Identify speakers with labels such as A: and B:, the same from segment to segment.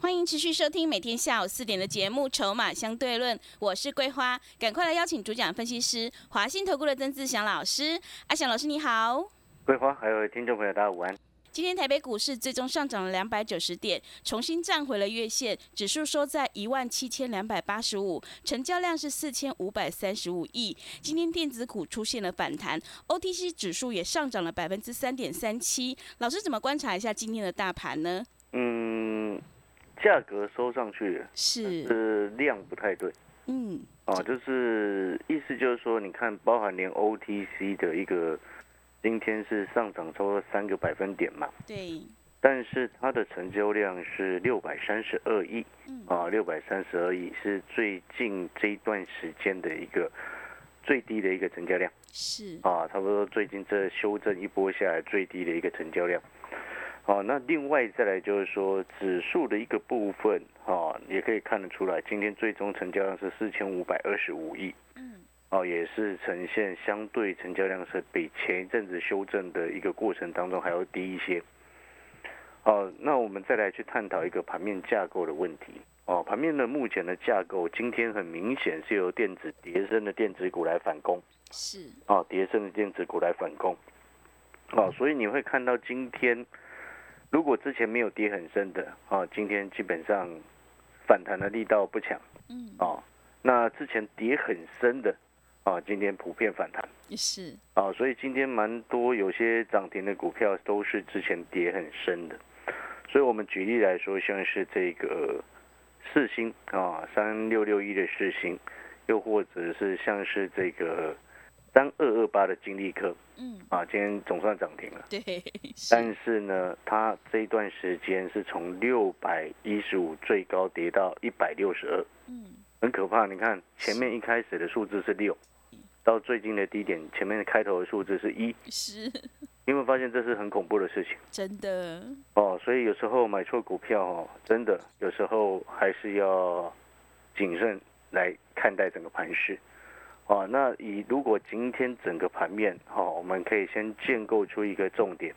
A: 欢迎持续收听每天下午四点的节目《筹码相对论》，我是桂花，赶快来邀请主讲分析师华信投顾的曾志祥老师。阿祥老师你好，
B: 桂花还有听众朋友大家午安。
A: 今天台北股市最终上涨了两百九十点，重新站回了月线，指数收在一万七千两百八十五，成交量是四千五百三十五亿。今天电子股出现了反弹，OTC 指数也上涨了百分之三点三七。老师怎么观察一下今天的大盘呢？
B: 嗯，价格收上去，
A: 是，
B: 是量不太对
A: 嗯，
B: 哦，就是意思就是说，你看，包含连 OTC 的一个今天是上涨超过三个百分点嘛，
A: 对，
B: 但是它的成交量是六百三十二亿
A: 嗯，
B: 啊，六百三十二亿是最近这一段时间的一个最低的一个成交量。
A: 是，
B: 啊，差不多最近这修正一波下来最低的一个成交量。好、那另外再来就是说指数的一个部分，哈、也可以看得出来，今天最终成交量是四千五百二十五亿，
A: 嗯，
B: 哦，也是呈现相对成交量是比前一阵子修正的一个过程当中还要低一些。哦，那我们再来去探讨一个盘面架构的问题。哦，盘面的目前的架构，今天很明显是由电子叠升的电子股来反攻。
A: 是，
B: 啊，跌升的电子股来反攻，啊，所以你会看到今天，如果之前没有跌很深的啊，今天基本上反弹的力道不强
A: 嗯，
B: 啊，那之前跌很深的啊，今天普遍反弹
A: 是，
B: 啊，所以今天蛮多有些涨停的股票都是之前跌很深的，所以我们举例来说，像是这个四星啊，三六六一的四星，又或者是像是这个三二二八的金利科
A: 嗯，
B: 啊，今天总算涨停了。
A: 对，是，
B: 但是呢，它这一段时间是从六百一十五最高跌到一百六十二，
A: 嗯，
B: 很可怕。你看前面一开始的数字是六，到最近的低点前面的开头的数字是一，
A: 是
B: 你有没有发现这是很恐怖的事情
A: 真的，
B: 哦？所以有时候买错股票哦，真的有时候还是要谨慎来看待整个盘势。哦，那以如果今天整个盘面哦，我们可以先建构出一个重点，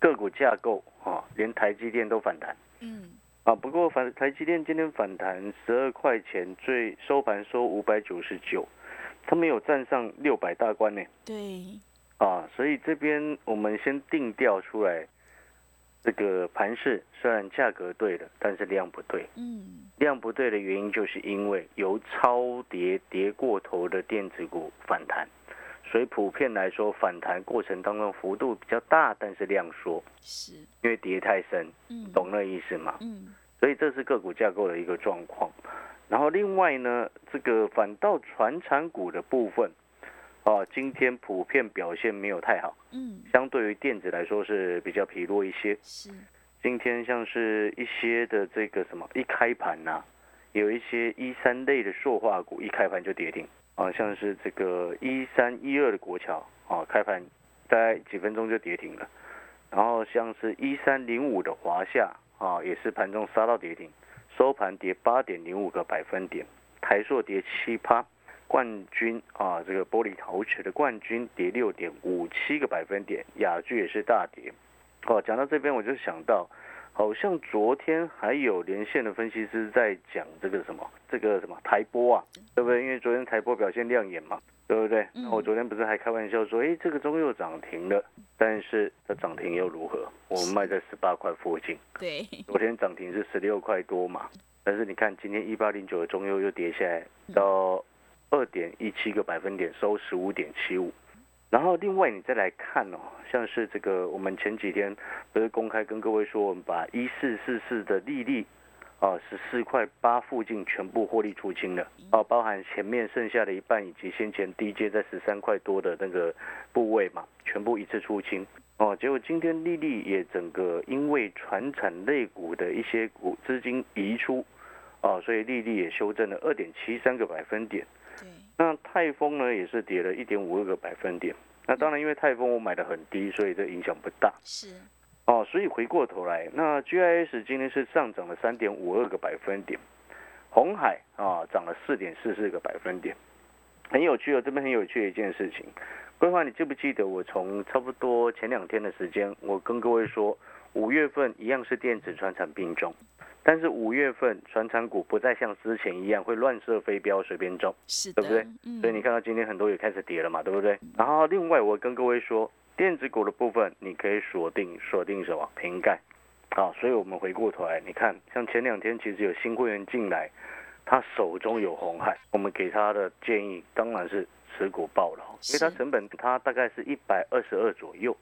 B: 个股架构哦，连台积电都反弹
A: 嗯，
B: 啊。不过反台积电今天反弹十二块钱，最收盘收五百九十九，它没有站上六百大关呢。
A: 对，
B: 啊，所以这边我们先定调出来，这个盘市虽然价格对了，但是量不对。
A: 嗯，
B: 量不对的原因就是因为由超跌跌过头的电子股反弹，所以普遍来说反弹过程当中幅度比较大，但是量缩，
A: 是，
B: 因为跌太深，
A: 嗯，
B: 懂那意思吗？
A: 嗯，
B: 所以这是个股架构的一个状况。然后另外呢，这个反倒传产股的部分，啊，今天普遍表现没有太好。
A: 嗯，
B: 相对于电子来说是比较疲弱一些。
A: 是，
B: 今天像是一些的这个什么一开盘呐、有一些一三类的塑化股一开盘就跌停啊，像是这个一三一二的国桥啊，开盘大概几分钟就跌停了。然后像是一三零五的华夏啊，也是盘中杀到跌停，收盘跌八点零五个百分点，台硕跌七趴。冠军啊，这个玻璃陶瓷的冠军跌六点五七个百分点，雅居也是大跌。哦，讲到这边我就想到，好像昨天还有连线的分析师在讲这个什么，这个什么台波啊，对不对？因为昨天台波表现亮眼嘛，对不对？
A: 嗯
B: 那我昨天不是还开玩笑说，诶，这个中又涨停了，但是它涨停又如何？我们卖在十八块附近，
A: 对，
B: 昨天涨停是十六块多嘛，但是你看今天一八零九的中又又跌下来到二点一七个百分点，收十五点七五。然后另外你再来看哦，像是这个我们前几天不是公开跟各位说，我们把一四四四的利率啊十四块八附近全部获利出清了，啊，包含前面剩下的一半以及先前低阶在十三块多的那个部位嘛，全部一次出清。哦，结果今天利率也整个因为船产类股的一些股资金移出，啊，所以利率也修正了二点七三个百分点。
A: 对，
B: 那泰丰呢也是跌了一点五二个百分点。那当然，因为泰丰我买的很低，所以这影响不大
A: 是，
B: 哦。所以回过头来，那 GIS 今天是上涨了三点五二个百分点，红海啊涨了四点四四个百分点。很有趣哦，这边很有趣的一件事情。规划，你记不记得我从差不多前两天的时间，我跟各位说，五月份一样是电子船产并重，但是五月份船产股不再像之前一样会乱射飞镖随便中。
A: 是
B: 对
A: 的，
B: 不对
A: 嗯，
B: 所以你看到今天很多也开始跌了嘛，对不对？然后另外我跟各位说，电子股的部分你可以锁定锁定什么瓶盖啊，所以我们回过头来，你看像前两天其实有新会员进来，他手中有红海，我们给他的建议当然是持股爆了，因为他
A: 是
B: 成本他大概是一百二十二左右。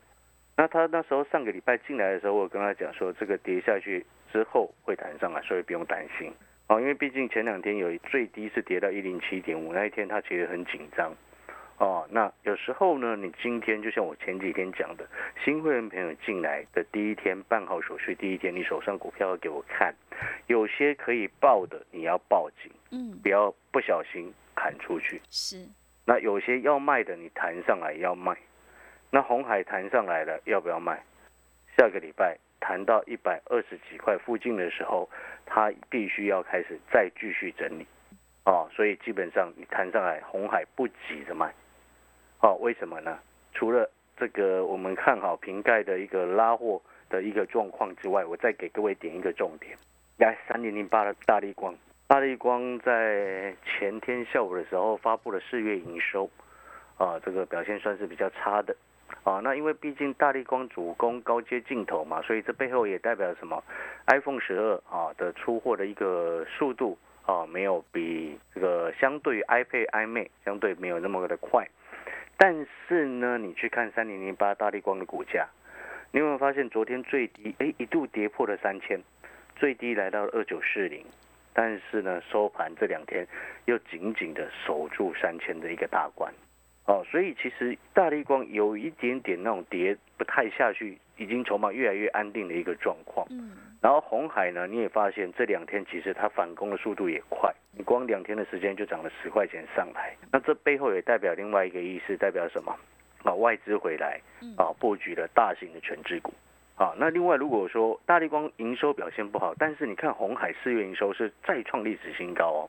B: 那他那时候上个礼拜进来的时候，我有跟他讲说，这个跌下去之后会弹上来，所以不用担心。哦，因为毕竟前两天有一最低是跌到一零七点五，那一天他其实很紧张。哦，那有时候呢，你今天就像我前几天讲的，新会员朋友进来的第一天办好手续，第一天你手上股票要给我看，有些可以报的你要报警，
A: 嗯，
B: 不要不小心砍出去。
A: 是，
B: 那有些要卖的你弹上来要卖，那红海弹上来了要不要卖？下个礼拜弹到一百二十几块附近的时候，它必须要开始再继续整理，哦，所以基本上你弹上来红海不急着卖，哦，为什么呢？除了这个我们看好瓶盖的一个拉货的一个状况之外，我再给各位点一个重点，来三零零八的大力光。大力光在前天下午的时候发布了四月营收，啊，这个表现算是比较差的，啊，那因为毕竟大力光主攻高阶镜头嘛，所以这背后也代表什么？iPhone 十二啊的出货的一个速度啊，没有比这个相对于 iPad、iMac 相对没有那么的快，但是呢，你去看三零零八大力光的股价，你有没有发现昨天最低，哎，一度跌破了三千，最低来到了二九四零。但是呢，收盘这两天又紧紧的守住三千的一个大关，哦，所以其实大力光有一点点那种跌不太下去，已经筹码越来越安定的一个状况。
A: 嗯，
B: 然后红海呢，你也发现这两天其实它反攻的速度也快，你光两天的时间就涨了十块钱上来。那这背后也代表另外一个意思，代表什么？啊，外资回来
A: 嗯，
B: 啊，布局了大型的全职股。啊，那另外如果说大力光营收表现不好，但是你看红海四月营收是再创历史新高哦，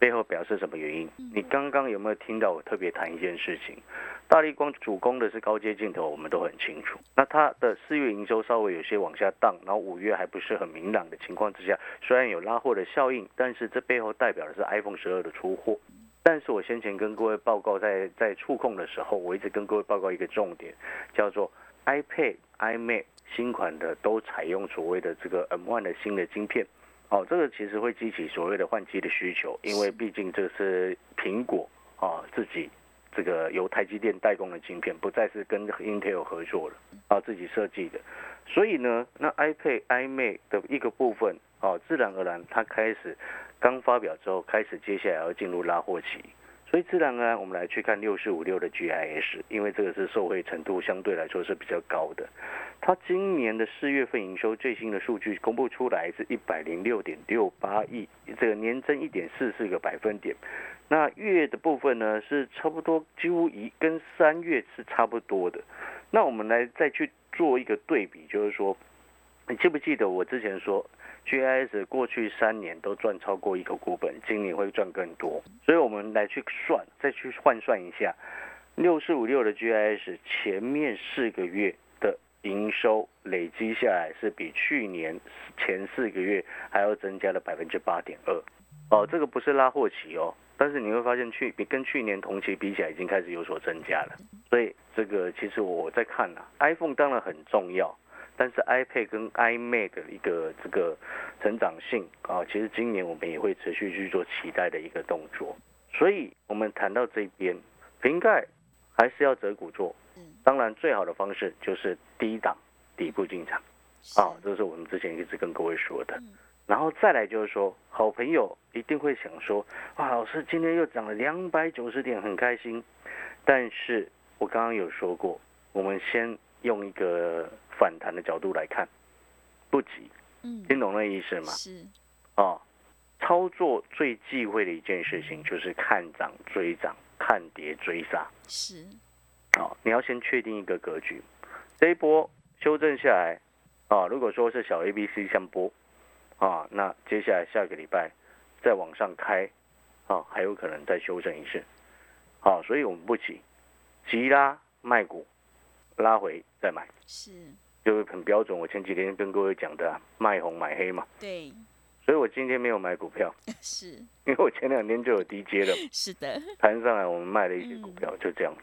B: 背后表示什么原因？你刚刚有没有听到我特别谈一件事情？大力光主攻的是高阶镜头，我们都很清楚。那它的四月营收稍微有些往下荡，然后五月还不是很明朗的情况之下，虽然有拉货的效应，但是这背后代表的是 iPhone 十二的出货。但是我先前跟各位报告在，在触控的时候，我一直跟各位报告一个重点，叫做 iPad、iMac 新款的都采用所谓的这个 M1 的新的晶片。哦，这个其实会激起所谓的换机的需求，因为毕竟这是苹果啊自己这个由台积电代工的晶片，不再是跟 Intel 合作了，啊，自己设计的。所以呢，那 iPad、iMac 的一个部分，啊，自然而然它开始刚发表之后，开始接下来要进入拉货期。所以自然而然，我们来去看六四五六的 GIS，因为这个是受惠程度相对来说是比较高的。它今年的四月份营收最新的数据公布出来是一百零六点六八亿，这个年增一点四四个百分点。那月的部分呢，是差不多几乎一跟三月是差不多的。那我们来再去做一个对比，就是说，你记不记得我之前说 GIS 过去三年都赚超过一个股本，今年会赚更多，所以我们来去算，再去换算一下，六四五六的 GIS 前面四个月的营收累积下来是比去年前四个月还要增加了百分之八点二，哦，这个不是拉货期哦。但是你会发现去，比跟去年同期比起来，已经开始有所增加了。所以这个其实我在看啊，iPhone 当然很重要，但是 iPad 跟 iMac 的一个这个成长性啊，其实今年我们也会持续去做期待的一个动作。所以我们谈到这边，瓶盖还是要择股做
A: 嗯，
B: 当然最好的方式就是低档底部进场啊，
A: 是
B: 这是我们之前一直跟各位说的
A: 嗯。
B: 然后再来就是说，好朋友一定会想说，哇，老师今天又涨了两百九十点，很开心。但是我刚刚有说过，我们先用一个反弹的角度来看，不急，
A: 嗯，
B: 听懂那意思吗？
A: 是，
B: 哦，操作最忌讳的一件事情就是看涨追涨，看跌追杀。
A: 是，
B: 哦，你要先确定一个格局，这一波修正下来，啊，如果说是小 A、B、C 相波，啊，那接下来下个礼拜再往上开，啊，还有可能再修正一次，啊，所以我们不急，急拉卖股，拉回再买，
A: 是，
B: 就是很标准。我前几天跟各位讲的啊、卖红买黑嘛，
A: 对，
B: 所以我今天没有买股票，
A: 是，
B: 因为我前两天就有低接了嘛。
A: 是的，
B: 盘上来我们卖了一些股票，就这样子。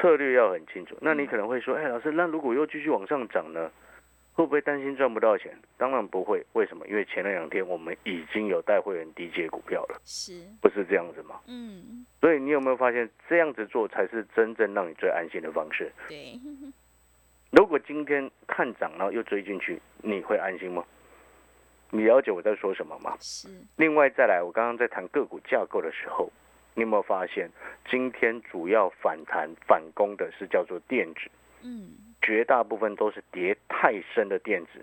B: 策略要很清楚。那你可能会说，哎，老师，那如果又继续往上涨呢？会不会担心赚不到钱？当然不会，为什么？因为前两天我们已经有带会员低接股票了，
A: 是，
B: 不是这样子吗？
A: 嗯，
B: 所以你有没有发现，这样子做才是真正让你最安心的方式？
A: 对，
B: 如果今天看涨然后又追进去，你会安心吗？你了解我在说什么吗？
A: 是，
B: 另外再来，我刚刚在谈个股架构的时候，你有没有发现，今天主要反弹反攻的是叫做电子，
A: 嗯，
B: 绝大部分都是跌太深的电子。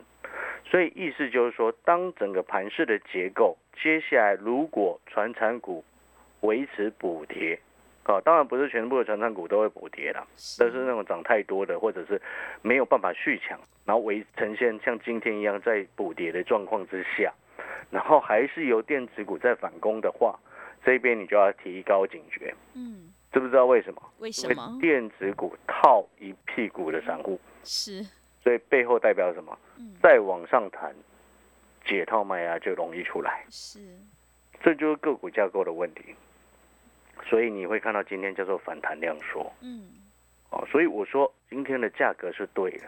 B: 所以意思就是说，当整个盘市的结构，接下来如果传产股维持补跌，啊，当然不是全部的传产股都会补跌啦，但是那种涨太多的，或者是没有办法续强，然后维呈现像今天一样在补跌的状况之下，然后还是由电子股在反攻的话，这边你就要提高警觉，
A: 嗯，
B: 知不知道为什么？
A: 为
B: 因
A: 什
B: 为
A: 么？
B: 电子股套一屁股的散户，
A: 是，
B: 所以背后代表什么？
A: 嗯，
B: 再往上弹，解套卖压就容易出来，
A: 是，
B: 这就是个股架构的问题。所以你会看到今天叫做反弹量缩，
A: 嗯，
B: 哦，所以我说今天的价格是对的，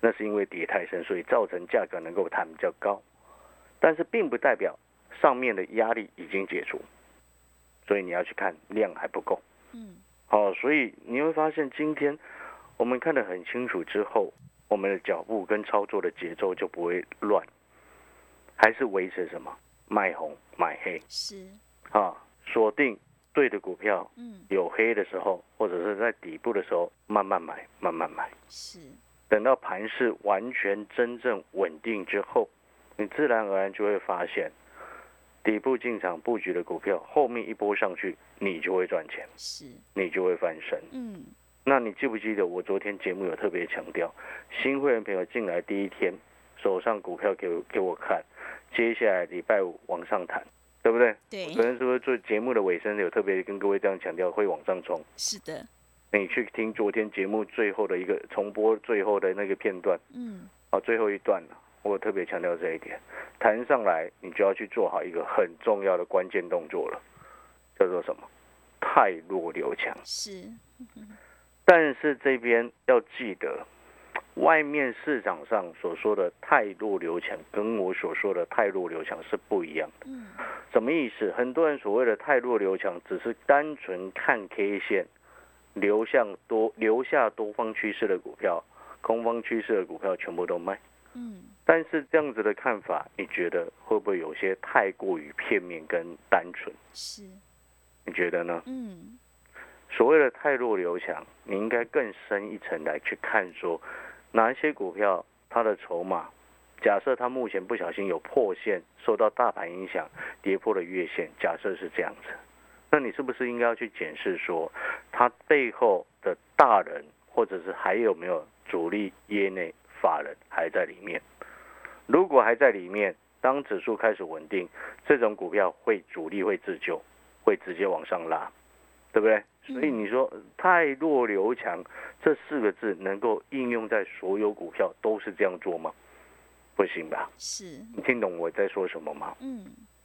B: 那是因为跌太深，所以造成价格能够谈比较高，但是并不代表上面的压力已经解除，所以你要去看量还不够。
A: 嗯，
B: 哦，所以你会发现今天我们看得很清楚之后，我们的脚步跟操作的节奏就不会乱，还是维持什么卖红买黑
A: 是，
B: 啊，锁定对的股票，
A: 嗯，
B: 有黑的时候，或者是在底部的时候慢慢买，慢慢买，
A: 是，
B: 等到盘势完全真正稳定之后，你自然而然就会发现，底部进场布局的股票，后面一波上去，你就会赚钱，
A: 是，
B: 你就会翻身。
A: 嗯，
B: 那你记不记得我昨天节目有特别强调，新会员朋友进来第一天，手上股票给我给我看，接下来礼拜五往上谈，对不对？
A: 对，
B: 昨天是不是做节目的尾声有特别跟各位这样强调会往上冲？
A: 是的，
B: 你去听昨天节目最后的一个重播最后的那个片段
A: 嗯，
B: 啊，最后一段了我特别强调这一点，谈上来你就要去做好一个很重要的关键动作了，叫做什么？太弱留强。
A: 是，
B: 但是这边要记得，外面市场上所说的太弱留强，跟我所说的太弱留强是不一样的。
A: 嗯，
B: 什么意思？很多人所谓的太弱留强，只是单纯看 K 线，流向多留下多方趋势的股票，空方趋势的股票全部都卖。
A: 嗯，
B: 但是这样子的看法，你觉得会不会有些太过于片面跟单纯？
A: 是，
B: 你觉得呢？
A: 嗯，
B: 所谓的太弱留强，你应该更深一层来去看说，哪一些股票它的筹码，假设它目前不小心有破线，受到大盘影响跌破了月线，假设是这样子，那你是不是应该要去检视说，它背后的大人或者是还有没有主力业内法人还在里面？如果还在里面，当指数开始稳定，这种股票会主力会自救，会直接往上拉，对不对？
A: 嗯
B: 所以你说“太弱留强”这四个字能够应用在所有股票都是这样做吗？不行吧？
A: 是，
B: 你听懂我在说什么吗？
A: 嗯，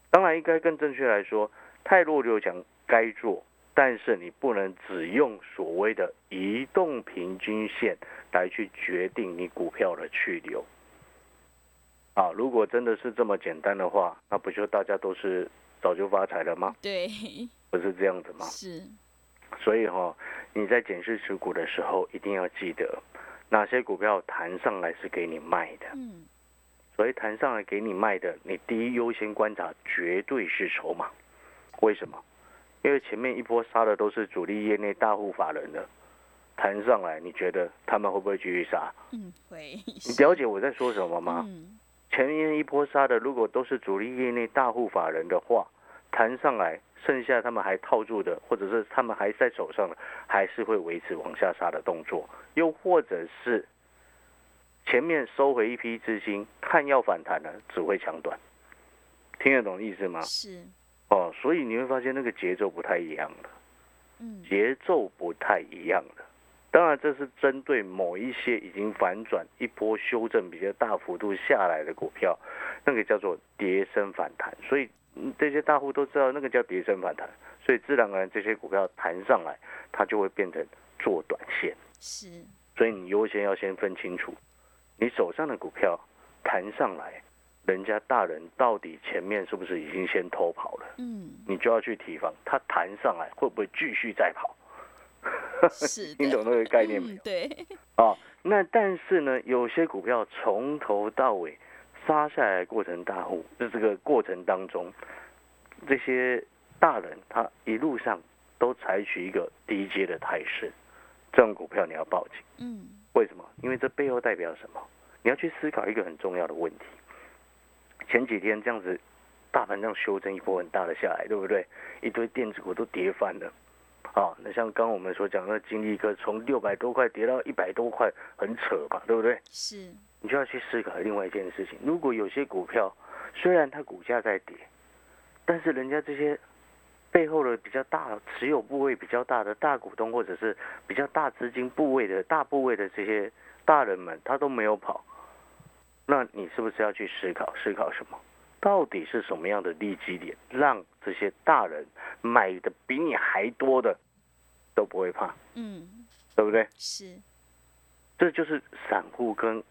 B: 当然，应该更正确来说，太弱留强该做，但是你不能只用所谓的移动平均线来去决定你股票的去留。啊，如果真的是这么简单的话，那不就大家都是早就发财了吗？
A: 对，
B: 不是这样子吗？
A: 是，
B: 所以哈、你在检视持股的时候，一定要记得哪些股票弹上来是给你卖的。
A: 嗯，
B: 所以弹上来给你卖的，你第一优先观察绝对是筹码。为什么？因为前面一波杀的都是主力业内大户法人的，弹上来，你觉得他们会不会继续杀？
A: 嗯，会，
B: 你了解我在说什么吗？
A: 嗯，
B: 前面一波杀的，如果都是主力业内大户法人的话，弹上来，剩下他们还套住的，或者是他们还在手上的，还是会维持往下杀的动作，又或者是前面收回一批资金，看要反弹了，只会抢短，听得懂意思吗？
A: 是，
B: 哦，所以你会发现那个节奏不太一样了，
A: 嗯，
B: 节奏不太一样了。当然，这是针对某一些已经反转一波修正比较大幅度下来的股票，那个叫做跌升反弹。所以嗯这些大户都知道那个叫跌升反弹，所以自然而然这些股票弹上来，它就会变成做短线。
A: 是，
B: 所以你优先要先分清楚，你手上的股票弹上来，人家大人到底前面是不是已经先偷跑了？
A: 嗯，
B: 你就要去提防，它弹上来会不会继续再跑？
A: 是
B: 听
A: 的，
B: 懂那个概念没有
A: 嗯，？对，
B: 啊，那但是呢，有些股票从头到尾杀下来的过程大户，在这个过程当中，这些大人他一路上都采取一个低阶的态势，这种股票你要报警。
A: 嗯，
B: 为什么？因为这背后代表什么？你要去思考一个很重要的问题。前几天这样子，大盘这样修正一波很大的下来，对不对？一堆电子股都跌翻了。啊，那像刚刚我们所讲的金利科，从六百多块跌到一百多块，很扯吧，对不对？
A: 是，
B: 你就要去思考另外一件事情。如果有些股票虽然它股价在跌，但是人家这些背后的比较大持有部位比较大的大股东，或者是比较大资金部位的大部位的这些大人们，他都没有跑，那你是不是要去思考思考什么？到底是什么样的利基点，让这些大人买的比你还多的都不会怕，
A: 嗯，
B: 对不对？
A: 是，
B: 这就是散户跟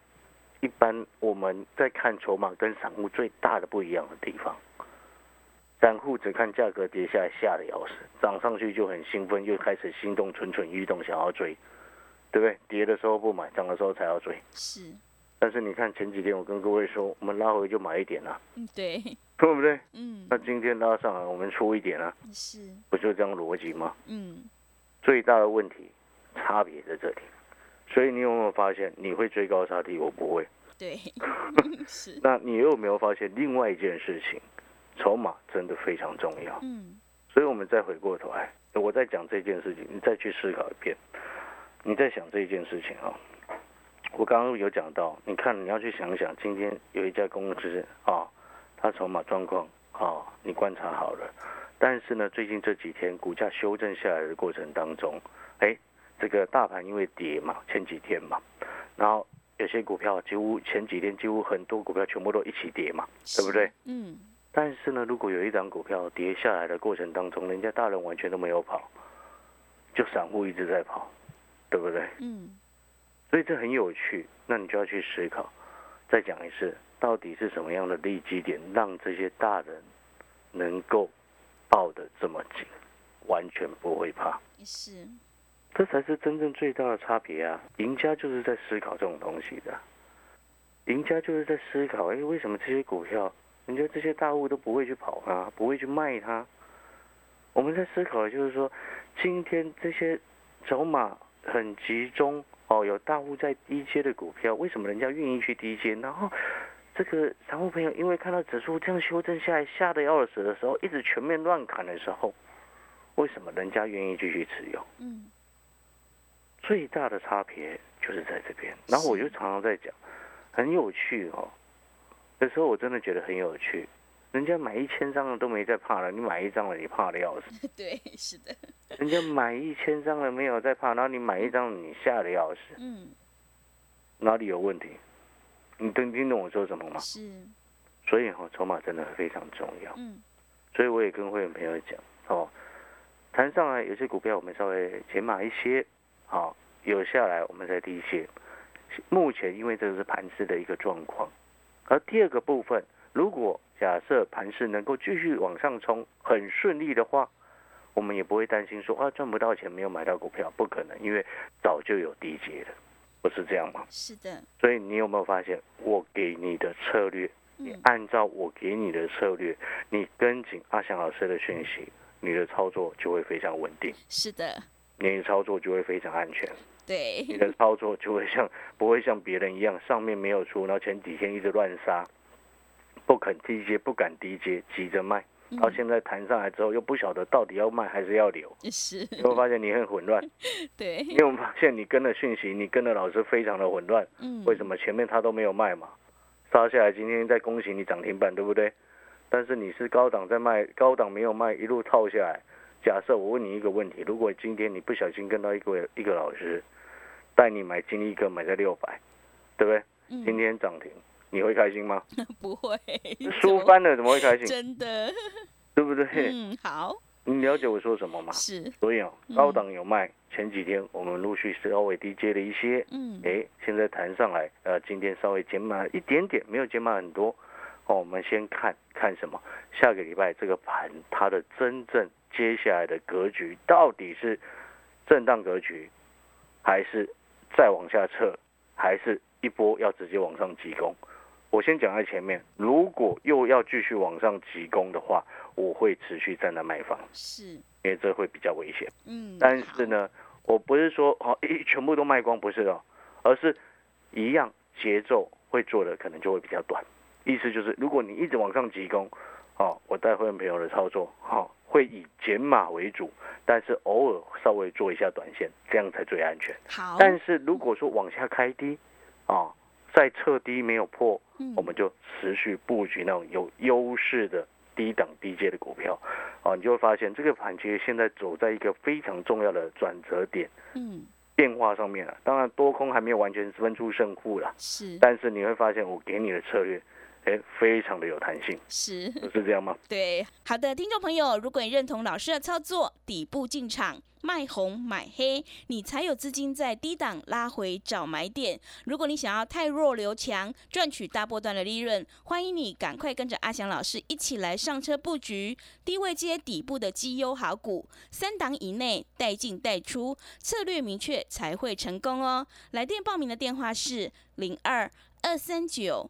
B: 一般我们在看筹码跟散户最大的不一样的地方。散户只看价格跌下来吓得要死，涨上去就很兴奋，又开始心动、蠢蠢欲动，想要追，对不对？跌的时候不买，涨的时候才要追。
A: 是，
B: 但是你看前几天我跟各位说，我们拉回就买一点啊，
A: 嗯，对，
B: 对不对？
A: 嗯
B: 那，今天拉上来，我们出一点啊，
A: 是，
B: 不就这样逻辑吗？
A: 嗯，
B: 最大的问题差别在这里。所以你有没有发现，你会追高杀低，我不会。
A: 对，是，
B: 那你有没有发现另外一件事情？筹码真的非常重要，
A: 嗯，
B: 所以我们再回过头来，我再讲这件事情，你再去思考一遍，你再想这件事情啊、我刚刚有讲到，你看你要去想想，今天有一家公司啊、它筹码状况啊，你观察好了，但是呢，最近这几天股价修正下来的过程当中，哎，这个大盘因为跌嘛，前几天嘛，然后有些股票几乎前几天几乎很多股票全部都一起跌嘛，对不
A: 是
B: 对？？
A: 嗯，
B: 但是呢，如果有一张股票跌下来的过程当中，人家大人完全都没有跑，就散户一直在跑，对不对？
A: 嗯，
B: 所以这很有趣，那你就要去思考。再讲一次，到底是什么样的利基点让这些大人能够抱得这么紧，完全不会怕？
A: 是，
B: 这才是真正最大的差别啊！赢家就是在思考这种东西的，赢家就是在思考，哎，为什么这些股票，人家这些大户都不会去跑它，不会去卖它？我们在思考的就是说，今天这些筹码很集中哦，有大户在低阶的股票，为什么人家愿意去低阶？然后这个散户朋友因为看到指数这样修正下来，吓得要死的时候，一直全面乱砍的时候，为什么人家愿意继续持有？
A: 嗯，
B: 最大的差别就是在这边。然后我就常常在讲，很有趣哦。有时候我真的觉得很有趣，人家买一千张的都没在怕了，你买一张了你怕的要死；
A: 对，是的，
B: 人家买一千张了没有在怕，然后你买一张你吓得要死，
A: 嗯，
B: 哪里有问题？你听听懂我说什么吗？
A: 是，
B: 所以哈、哦，筹码真的非常重要。
A: 嗯，
B: 所以我也跟会员朋友讲哦，谈上来有些股票我们稍微减码一些，好、有下来我们再低些。目前因为这个是盘市的一个状况，而第二个部分，如果假设盘市能够继续往上冲，很顺利的话，我们也不会担心说啊赚不到钱没有买到股票，不可能，因为早就有低阶了，不是这样吗？
A: 是的，
B: 所以你有没有发现我给你的策略你
A: 嗯，
B: 按照我给你的策略，你跟紧阿翔老师的讯息，你的操作就会非常稳定，
A: 是的，
B: 你的操作就会非常安全，
A: 对，
B: 你的操作就会像不会像别人一样上面没有出，然后前几天一直乱杀，不肯低接，不敢低接，急着卖，
A: 嗯
B: 到现在弹上来之后又不晓得到底要卖还是要留，
A: 嗯是，
B: 你会发现你很混乱，
A: 对，
B: 因为我们发现你跟的讯息，你跟的老师非常的混乱，
A: 嗯，
B: 为什么前面他都没有卖嘛？杀下来今天在恭喜你涨停板，对不对？但是你是高档在卖，高档没有卖，一路套下来。假设我问你一个问题，如果今天你不小心跟到一个一个老师，带你买金立科买在六百，对不对？今
A: 嗯，
B: 天涨停，你会开心吗？
A: 不 会，怎
B: 输
A: 么
B: 翻了怎么会开心？
A: 真的，
B: 对不对？
A: 嗯，好，
B: 你了解我说什么吗？
A: 是，
B: 所以哦
A: 嗯，
B: 高档有卖，前几天我们陆续稍微低接了一些，
A: 嗯，
B: 诶，现在弹上来，呃，今天稍微减码一点点，没有减码很多。哦，我们先看看什么？下个礼拜这个盘它的真正接下来的格局到底是震荡格局，还是再往下撤，还是一波要直接往上急攻？我先讲在前面，如果又要继续往上急攻的话，我会持续站在卖方，
A: 是，
B: 因为这会比较危险。
A: 嗯，
B: 但
A: 好
B: 是，呢，我不是说哦一全部都卖光，不是哦，而是一样节奏会做的可能就会比较短。意思就是，如果你一直往上急攻，哦，我带会员朋友的操作，哦，会以减码为主，但是偶尔稍微做一下短线，这样才最安全。
A: 好，
B: 但是如果说往下开低，哦，再测低没有破，
A: 嗯
B: 我们就持续布局那种有优势的低档低阶的股票，啊，你就会发现这个盘其实现在走在一个非常重要的转折点
A: 嗯，
B: 变化上面了、啊当然多空还没有完全分出胜负啦，
A: 是，
B: 但是你会发现我给你的策略，哎，非常的有弹性，
A: 是。
B: 不是这样吗？
A: 对，好的，听众朋友，如果你认同老师的操作，底部进场卖红买黑，你才有资金在低档拉回找买点。如果你想要太弱留强，赚取大波段的利润，欢迎你赶快跟着阿翔老师一起来上车布局低位接底部的绩优好股，三档以内带进带出，策略明确才会成功哦。来电报名的电话是零二二三九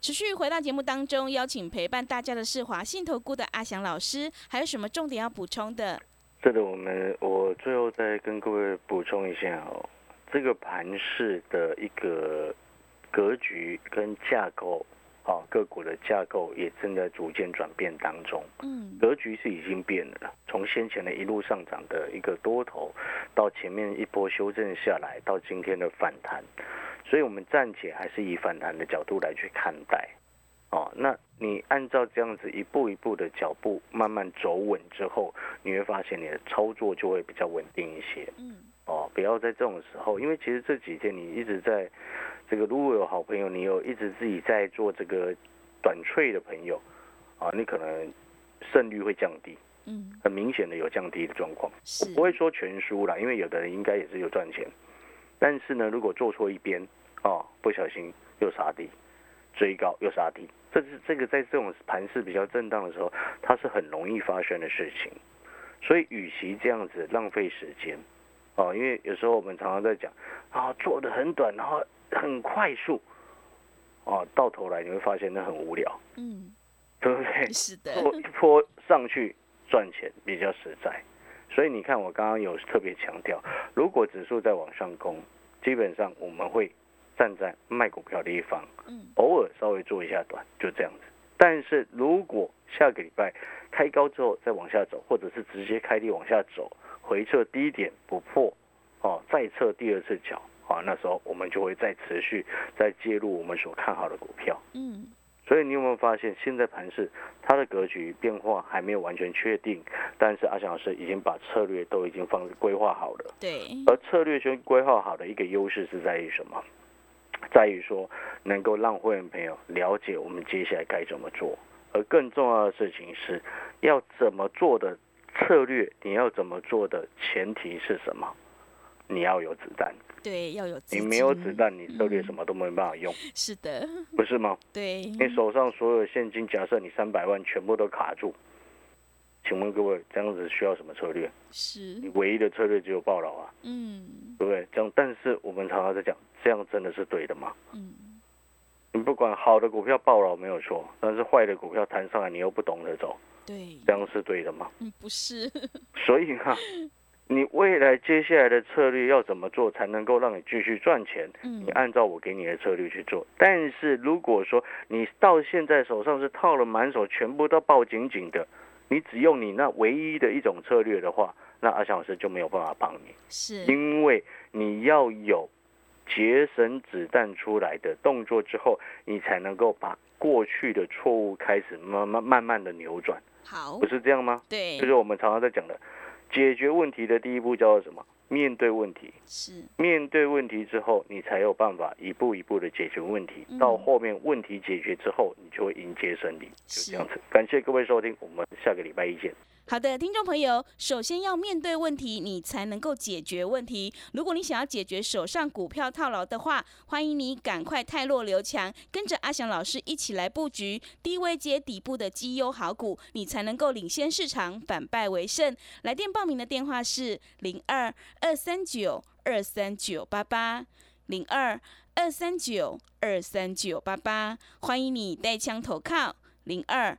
A: 持续回到节目当中，邀请陪伴大家的是华信投顾的阿翔老师，还有什么重点要补充的？
B: 这里我们我最后再跟各位补充一下哦，这个盘市的一个格局跟架构，啊，个股的架构也正在逐渐转变当中。
A: 嗯，
B: 格局是已经变了，从先前的一路上涨的一个多头，到前面一波修正下来，到今天的反弹，所以我们暂且还是以反弹的角度来去看待。哦，那你按照这样子一步一步的脚步慢慢走稳之后，你会发现你的操作就会比较稳定一些。
A: 嗯，
B: 哦，不要在这种时候，因为其实这几天你一直在这个，如果有好朋友，你有一直自己在做这个短脆的朋友，啊，你可能胜率会降低，
A: 嗯，
B: 很明显的有降低的状况。
A: 是，
B: 不会说全输啦，因为有的人应该也是有赚钱，但是呢，如果做错一边，哦，不小心又杀低，追高又杀低，这是这个在这种盘势比较震荡的时候，它是很容易发生的事情。所以，与其这样子浪费时间，哦，因为有时候我们常常在讲啊，做的很短，然后很快速，哦，到头来你会发现那很无聊，
A: 嗯，
B: 对不对？
A: 是的，
B: 做一波上去赚钱比较实在。所以你看，我刚刚有特别强调，如果指数在往上攻，基本上我们会站在卖股票的一方，
A: 嗯，
B: 偶尔稍微做一下短，就这样子。但是如果下个礼拜开高之后再往下走，或者是直接开低往下走，回撤低点不破，哦，再测第二次脚，啊、那时候我们就会再持续再介入我们所看好的股票。
A: 嗯，
B: 所以你有没有发现，现在盘市它的格局变化还没有完全确定，但是阿翔老师已经把策略都已经放规划好了。
A: 对，
B: 而策略圈规划好的一个优势是在于什么？在于说能够让会员朋友了解我们接下来该怎么做，而更重要的事情是要怎么做的策略，你要怎么做的前提是什么？你要有子弹，
A: 对，要有资
B: 你
A: 金。
B: 没有子弹，你策略什么都没办法用，
A: 是的，
B: 不是吗？
A: 对，
B: 你手上所有现金，假设你三百万全部都卡住，请问各位，这样子需要什么策略？
A: 是
B: 你，唯一的策略只有暴牢啊，
A: 嗯
B: 对不对？这样，但是我们常常在讲，这样真的是对的吗？
A: 嗯，
B: 你不管好的股票暴牢没有错，但是坏的股票弹上来，你又不懂得走，
A: 对，
B: 这样是对的吗？
A: 嗯，不是，
B: 所以啊，你未来接下来的策略要怎么做才能够让你继续赚钱？
A: 嗯
B: 你按照我给你的策略去做。但是如果说你到现在手上是套了满手，全部都抱紧紧的，你只用你那唯一的一种策略的话，那阿翔老师就没有办法帮你，
A: 是，
B: 因为你要有节省子弹出来的动作之后，你才能够把过去的错误开始慢慢慢慢的扭转，
A: 好
B: 不，是这样吗？
A: 哦对
B: 就，是我们常常在讲的，解决问题的第一步叫做什么？面对问题。
A: 是，
B: 面对问题之后，你才有办法一步一步的解决问题。
A: 嗯
B: 到后面问题解决之后，你就会迎接胜利，就是这样子。感谢各位收听，我们下个礼拜一见。
A: 好的，听众朋友，首先要面对问题，你才能够解决问题。如果你想要解决手上股票套牢的话，欢迎你赶快汰弱留强，跟着阿翔老师一起来布局低位接底部的绩优好股，你才能够领先市场，反败为胜。来电报名的电话是零二二三九二三九八八零二二三九二三九八八，欢迎你带枪投靠零二。